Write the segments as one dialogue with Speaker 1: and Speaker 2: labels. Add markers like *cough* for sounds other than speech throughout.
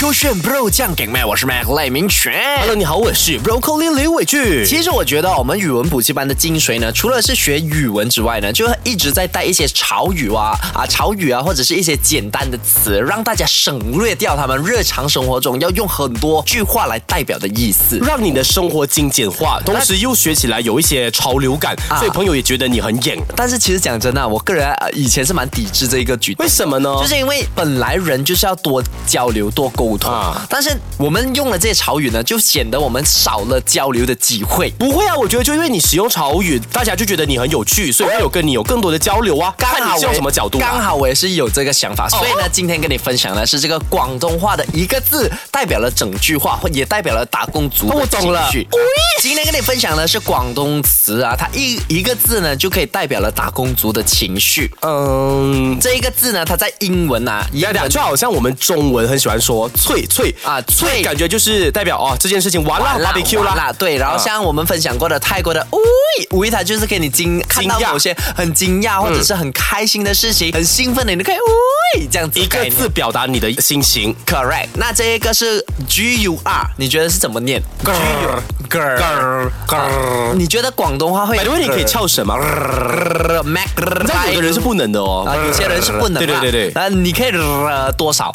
Speaker 1: 勾选 Bro 酱给麦，我是 Mac 赖明全。
Speaker 2: Hello，你好，我是 Broccoli 刘伟俊。
Speaker 1: 其实我觉得我们语文补习班的精髓呢，除了是学语文之外呢，就一直在带一些潮语啊啊潮语啊，或者是一些简单的词，让大家省略掉他们日常生活中要用很多句话来代表的意思。
Speaker 2: 让你的生活精简化，同时又学起来有一些潮流感，
Speaker 1: 啊
Speaker 2: 所以朋友也觉得你很硬。
Speaker 1: 但是其实讲真的啊，我个人呃以前是蛮抵制这一个举动
Speaker 2: 为。什么呢？
Speaker 1: 就是因为本来人就是要多交流、多沟通，
Speaker 2: 啊
Speaker 1: 但是我们用了这些潮语呢，就显得我们少了交流的机会。
Speaker 2: 不会啊，我觉得就因为你使用潮语，大家就觉得你很有趣，所以会有跟你有更多的交流啊。
Speaker 1: 哎
Speaker 2: 看你是用什么角度、
Speaker 1: 刚
Speaker 2: 啊。哦
Speaker 1: 好我也是有这个想法，所以呢，今天跟你分享的是这个广东话的一个字代表了整句话，或也代表了打工族的
Speaker 2: 哦我懂了
Speaker 1: 情绪
Speaker 2: 喂
Speaker 1: 今天跟你分享的是广东词啊，它一一个字呢就可以代表了打工族的情绪。
Speaker 2: 嗯，
Speaker 1: 这一个字呢，它在英文啊，英
Speaker 2: 呀呀，
Speaker 1: 文
Speaker 2: 就好像我们中文很喜欢说“脆脆”
Speaker 1: 啊脆
Speaker 2: 感觉就是代表哦这件事情完
Speaker 1: 完
Speaker 2: 了
Speaker 1: 啦
Speaker 2: ，barbecue
Speaker 1: 完啦
Speaker 2: 啦。
Speaker 1: 对，然后
Speaker 2: 啊
Speaker 1: 像我们分享过的泰国的，哦喂，喂，它就是给你惊看到
Speaker 2: 惊讶嗯
Speaker 1: 某些很惊讶或者是很开心的事情，很兴奋的，你就可以喂这样子
Speaker 2: 一个
Speaker 1: 概念
Speaker 2: 字表达你的心情。
Speaker 1: Correct，那这一个是 G U R，你觉得是怎么念？G U R，你觉得广东话会？
Speaker 2: 百度你可以翘舌吗？
Speaker 1: Mac，
Speaker 2: 但有的人是不能的哦。
Speaker 1: 啊，有些人是不能嘛。
Speaker 2: 对对对对
Speaker 1: 那你可以呃多少？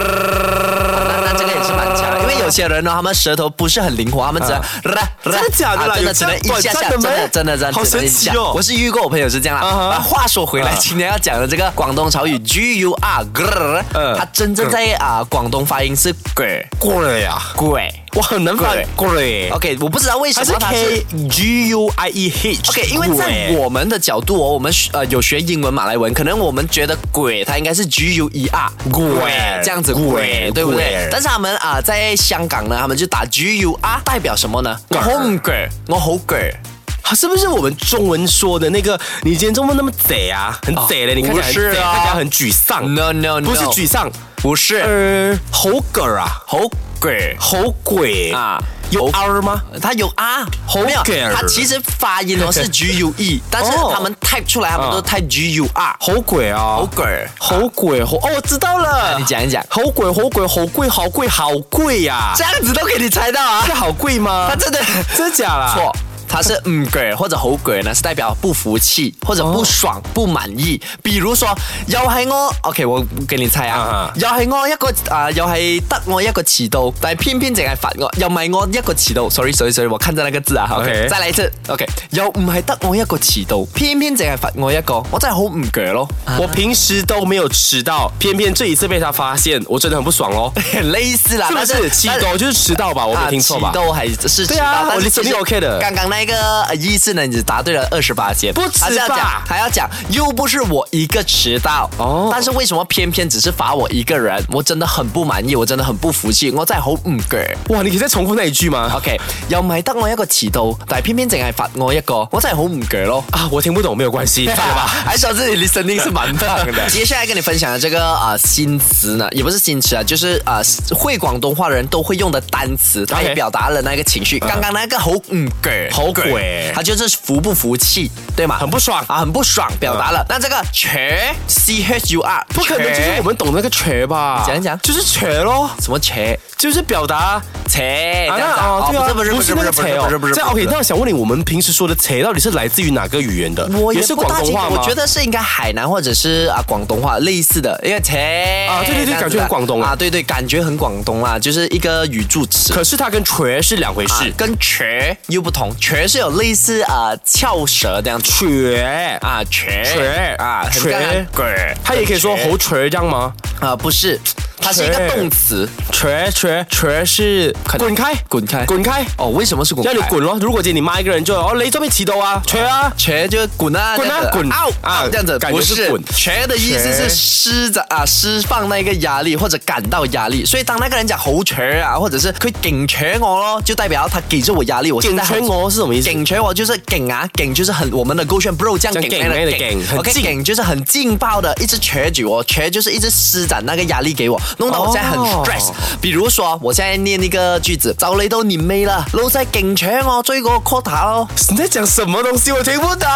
Speaker 1: 那那这个也是蛮强的，因为有些人呢，他们舌头不是很灵活，他们只能真
Speaker 2: 真的假的啦
Speaker 1: 真的
Speaker 2: 有
Speaker 1: 只能
Speaker 2: 这样
Speaker 1: 一下下，
Speaker 2: 短
Speaker 1: 真
Speaker 2: 暂的吗
Speaker 1: 的真的真的
Speaker 2: 好神奇哦
Speaker 1: 我是遇过我朋友是这样啦。
Speaker 2: 啊哈
Speaker 1: 啊话说回来，今天要讲的这个广东潮语 G U R，
Speaker 2: 嗯
Speaker 1: 它真正在啊广东发音是鬼
Speaker 2: 贵呀，
Speaker 1: 鬼。
Speaker 2: 哇，很难发贵。
Speaker 1: OK，我不知道为什
Speaker 2: 还
Speaker 1: 么
Speaker 2: 是
Speaker 1: 它
Speaker 2: K G U I E H。
Speaker 1: OK，因为在
Speaker 2: 欸
Speaker 1: 我们的角度哦，我们学呃有学英文、马来文，可能我们觉得“鬼”它应该是 G U E R
Speaker 2: 鬼
Speaker 1: 这样子鬼，
Speaker 2: 鬼
Speaker 1: 对不对
Speaker 2: 鬼？
Speaker 1: 但是他们啊、在香港呢，他们就打 G U E R 代表什么呢？我好唔鬼，我好鬼。
Speaker 2: 啊是不是我们中文说的那个？你今天中文那么贼啊，很贼嘞！你看起来很
Speaker 1: 不是
Speaker 2: 贼，
Speaker 1: 啊
Speaker 2: 看起来很沮丧。
Speaker 1: No no no，
Speaker 2: 不是沮丧，
Speaker 1: 不是
Speaker 2: 呃，猴梗儿啊，
Speaker 1: 好鬼。
Speaker 2: 猴鬼
Speaker 1: 啊
Speaker 2: 啊，有
Speaker 1: 猴
Speaker 2: R 吗？
Speaker 1: 它有啊，
Speaker 2: 好
Speaker 1: 没有，
Speaker 2: 鬼儿
Speaker 1: 它其实发音哦是 G U E，但是
Speaker 2: 哦
Speaker 1: 他们 type 出来，他们都 type G U E R，
Speaker 2: 猴鬼啊，
Speaker 1: 好鬼儿。
Speaker 2: 猴鬼猴哦，我知道了。
Speaker 1: 你讲一讲
Speaker 2: 猴鬼猴鬼猴贵好贵好贵呀，
Speaker 1: 这样子都给你猜到啊
Speaker 2: 是？好贵吗
Speaker 1: 它？真的
Speaker 2: 真啊假啦？
Speaker 1: 错。它是嗯鬼或者猴鬼呢，是代表不服气或者不爽、不满意。比如说，又係我，OK，我给你猜啊
Speaker 2: 啊，
Speaker 1: 又係我一個啊、又係得我一個遲到，但係偏偏淨係罰我，又唔係我一個遲到。Sorry sorry sorry，我看着那個字啊
Speaker 2: OK
Speaker 1: 再嚟一次，OK，又唔係得我一個遲到，偏偏淨係罰我一個，我真係好唔鋸咯。
Speaker 2: 我平时都没有迟到，偏偏这一次被他发现，我真的很不爽喽。
Speaker 1: *laughs* 类似啦，
Speaker 2: 是不
Speaker 1: 啊但
Speaker 2: 是？七
Speaker 1: 但
Speaker 2: 狗就是迟到吧？我没听错吧
Speaker 1: 啊？都还是
Speaker 2: 对啊我
Speaker 1: 的
Speaker 2: 理解力 OK 的
Speaker 1: 刚刚那个呃意思呢，你只答对了二十八件，
Speaker 2: 不迟
Speaker 1: 还是要
Speaker 2: 吧
Speaker 1: 讲，还要讲，又不是我一个迟到哦
Speaker 2: 哦。
Speaker 1: 但是为什么偏偏只是罚我一个人？我真的很不满意，我真的很不服气，我真系好唔嘅。
Speaker 2: 哇，你可以再重复那一句吗？
Speaker 1: OK，又唔系得我一個遲到，但係偏偏淨係罰我一個，我真係好唔嘅咯。
Speaker 2: 啊，我听不懂，没有
Speaker 1: *laughs*
Speaker 2: 关系，算了吧。
Speaker 1: 还说自己 listening 是蛮棒的。接下来跟你分享的这个啊、呃新词呢，也不是新词啊，就是啊、呃会广东话的人都会用的单词，它也
Speaker 2: OK
Speaker 1: 表达了那个情绪。刚刚那个好嗯鬼，
Speaker 2: 好鬼
Speaker 1: 它就是服不服气，对吗？
Speaker 2: 很不爽
Speaker 1: 啊，很不爽，表达了。那这个瘸 c h u r
Speaker 2: 不可能，就是我们懂那个“瘸”吧？
Speaker 1: 讲一讲
Speaker 2: 就是“瘸”咯，
Speaker 1: 什么瘸
Speaker 2: 就是表达。
Speaker 1: 瘸哎这样子
Speaker 2: 哦对啊，
Speaker 1: 不是不是
Speaker 2: 那
Speaker 1: 不
Speaker 2: 个
Speaker 1: 是
Speaker 2: “
Speaker 1: 不是
Speaker 2: 瘸”
Speaker 1: 不是
Speaker 2: 哦
Speaker 1: 不。是
Speaker 2: 这样 OK，那我想问你，我们平时说的“瘸”到底是来自于哪个语言的？
Speaker 1: 我
Speaker 2: 也
Speaker 1: 也
Speaker 2: 是
Speaker 1: 不
Speaker 2: 广
Speaker 1: 大
Speaker 2: 东
Speaker 1: 清
Speaker 2: 话
Speaker 1: 楚，
Speaker 2: 吗？
Speaker 1: 我觉得是应该海南或者是啊广东话类似的，因为切
Speaker 2: 啊对对对
Speaker 1: 这样子
Speaker 2: 感觉
Speaker 1: 的
Speaker 2: 很广东啊
Speaker 1: 啊，对对，感觉很广东啦，就是一个语助词。
Speaker 2: 可是它跟“瘸”是两回
Speaker 1: 啊
Speaker 2: 事。
Speaker 1: 跟瘸又不同，瘸是有类似啊、呃翘舌这样子
Speaker 2: 瘸
Speaker 1: 啊瘸
Speaker 2: 瘸
Speaker 1: 啊很
Speaker 2: 瘸
Speaker 1: 像啊鬼，
Speaker 2: 它也可以说“
Speaker 1: 瘸
Speaker 2: 猴瘸”这样吗？
Speaker 1: 啊不是，它是一个
Speaker 2: 瘸
Speaker 1: 动词，
Speaker 2: 瘸瘸瘸是滚开
Speaker 1: 滚开
Speaker 2: 滚开，
Speaker 1: 哦为什么是滚开？
Speaker 2: 要你滚咯！如果今天你骂一个人就哦，你这边迟到啊，瘸啊！
Speaker 1: 瘸就是滚啊，
Speaker 2: 滚啊滚
Speaker 1: 啊
Speaker 2: 啊
Speaker 1: 啊，这样子
Speaker 2: 感觉
Speaker 1: 不
Speaker 2: 是
Speaker 1: 是
Speaker 2: 滚
Speaker 1: 瘸的意思是
Speaker 2: 瘸
Speaker 1: 施展啊，释放那个压力或者感到压力，所以当那个人讲好瘸啊，或者是佢劲瘸我咯，就代表他给着我压力，我现
Speaker 2: 紧
Speaker 1: 在
Speaker 2: 瘸
Speaker 1: 很。
Speaker 2: 我是什么意思？
Speaker 1: 梗锤我就是梗啊，梗就是很我们的 Go 炫 Bro 这样
Speaker 2: 这
Speaker 1: 梗
Speaker 2: 样
Speaker 1: 来
Speaker 2: 梗来
Speaker 1: 的
Speaker 2: 的
Speaker 1: 梗
Speaker 2: 梗很
Speaker 1: ，OK
Speaker 2: 劲
Speaker 1: 梗就是很劲爆的，一直瘸举我，瘸就是一直施展那个压力给我，弄到我现在很
Speaker 2: 哦
Speaker 1: stress。比如说，我现在念一个句子，就嚟到年尾啦，老細勁搶我追嗰個 quota 咯。
Speaker 2: 你在讲什么东西？我听不懂。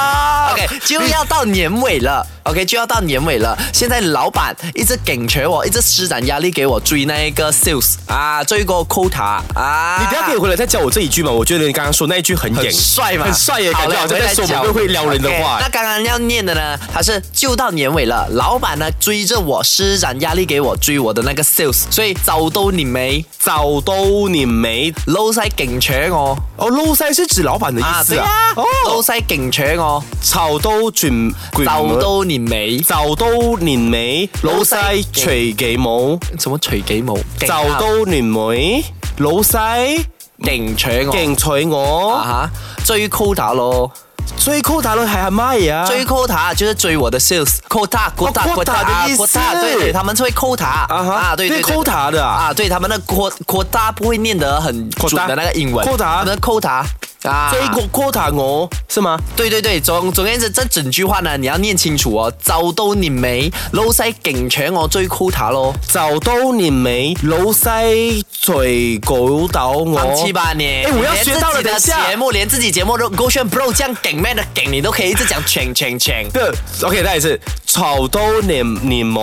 Speaker 1: OK，就
Speaker 2: *laughs*
Speaker 1: 要到年尾了。OK，就要到年尾了。现在老板一直给缺我，一直施展压力给我追那一个 sales 啊，追个 quota 啊。
Speaker 2: 你等一下可以回来再教我这一句嘛？我觉得你刚刚说那一句很
Speaker 1: 很
Speaker 2: 硬，
Speaker 1: 帅嘛，
Speaker 2: 很帅耶，感觉好像在说我们会撩人的
Speaker 1: o
Speaker 2: 话
Speaker 1: k 那。刚刚要念的呢，它是就到年尾了，老板呢追着我施展压力给我追我的那个 sales，所以早都你没
Speaker 2: 早都你没
Speaker 1: 老细劲抢我
Speaker 2: 哦，老细是指老板的意思
Speaker 1: 对
Speaker 2: 啊
Speaker 1: 啊。，
Speaker 2: 哦，
Speaker 1: 老细劲抢我，
Speaker 2: 早都准
Speaker 1: 早都你没
Speaker 2: 早都年尾，老细除几毛。
Speaker 1: 什么锤几毛，
Speaker 2: 早都年尾，老细哦
Speaker 1: 劲抢我。
Speaker 2: 勁娶我。
Speaker 1: 啊
Speaker 2: 哦
Speaker 1: 哈，追 quota 咯，
Speaker 2: 追 quota 率係係乜嘢啊？哦
Speaker 1: 追 quota 就是追我的 sales quota quota 啊
Speaker 2: quota 的意思
Speaker 1: quota，对对，他们是会 quota
Speaker 2: 啊哈
Speaker 1: 啊，对对
Speaker 2: 对
Speaker 1: 对
Speaker 2: quota 的啊
Speaker 1: 啊，对他们的 quota quota 不会念得很
Speaker 2: quota
Speaker 1: 准的那个英文
Speaker 2: quota
Speaker 1: 他们的 quota 啊，
Speaker 2: 追過 quota 我是嗎？
Speaker 1: 对对对，总总而言之，这整句话呢，你要念清楚哦，早到年尾，老細勁搶我追 quota 咯，
Speaker 2: 就都年尾，老細最狗到
Speaker 1: 放
Speaker 2: 我
Speaker 1: 弃。吧你！
Speaker 2: 哎我要学到了
Speaker 1: 连自己
Speaker 2: 等一
Speaker 1: 的
Speaker 2: 下
Speaker 1: 节目，连自己节目都 Go 炫 Bro 这样梗 man 的梗，你都可以一直讲抢抢抢。
Speaker 2: 对，OK，再一次，就都年年冇，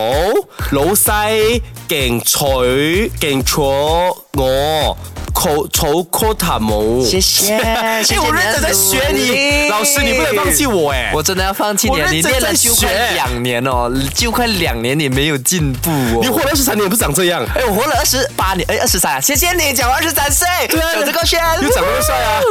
Speaker 2: 老細勁取勁坐我，扣儲 quota 冇。
Speaker 1: 谢谢，谢谢
Speaker 2: *laughs* 哎，我
Speaker 1: 你
Speaker 2: 认真在
Speaker 1: 的
Speaker 2: 学
Speaker 1: 努
Speaker 2: 你，
Speaker 1: 力
Speaker 2: 老师，你不能放弃。我哎。
Speaker 1: 我真的要放弃
Speaker 2: 我
Speaker 1: 你了，啊
Speaker 2: 认
Speaker 1: 你
Speaker 2: 真
Speaker 1: 练了
Speaker 2: 在
Speaker 1: 就快
Speaker 2: 学
Speaker 1: 两年哦，就快两年你没有进步哦。
Speaker 2: 你活了二十三年也不是长这样，
Speaker 1: 哎，我活了二十八年，哎，二十三，谢谢你，讲我二十三岁，
Speaker 2: 啊
Speaker 1: 有这个圈，
Speaker 2: 又长那么帅啊！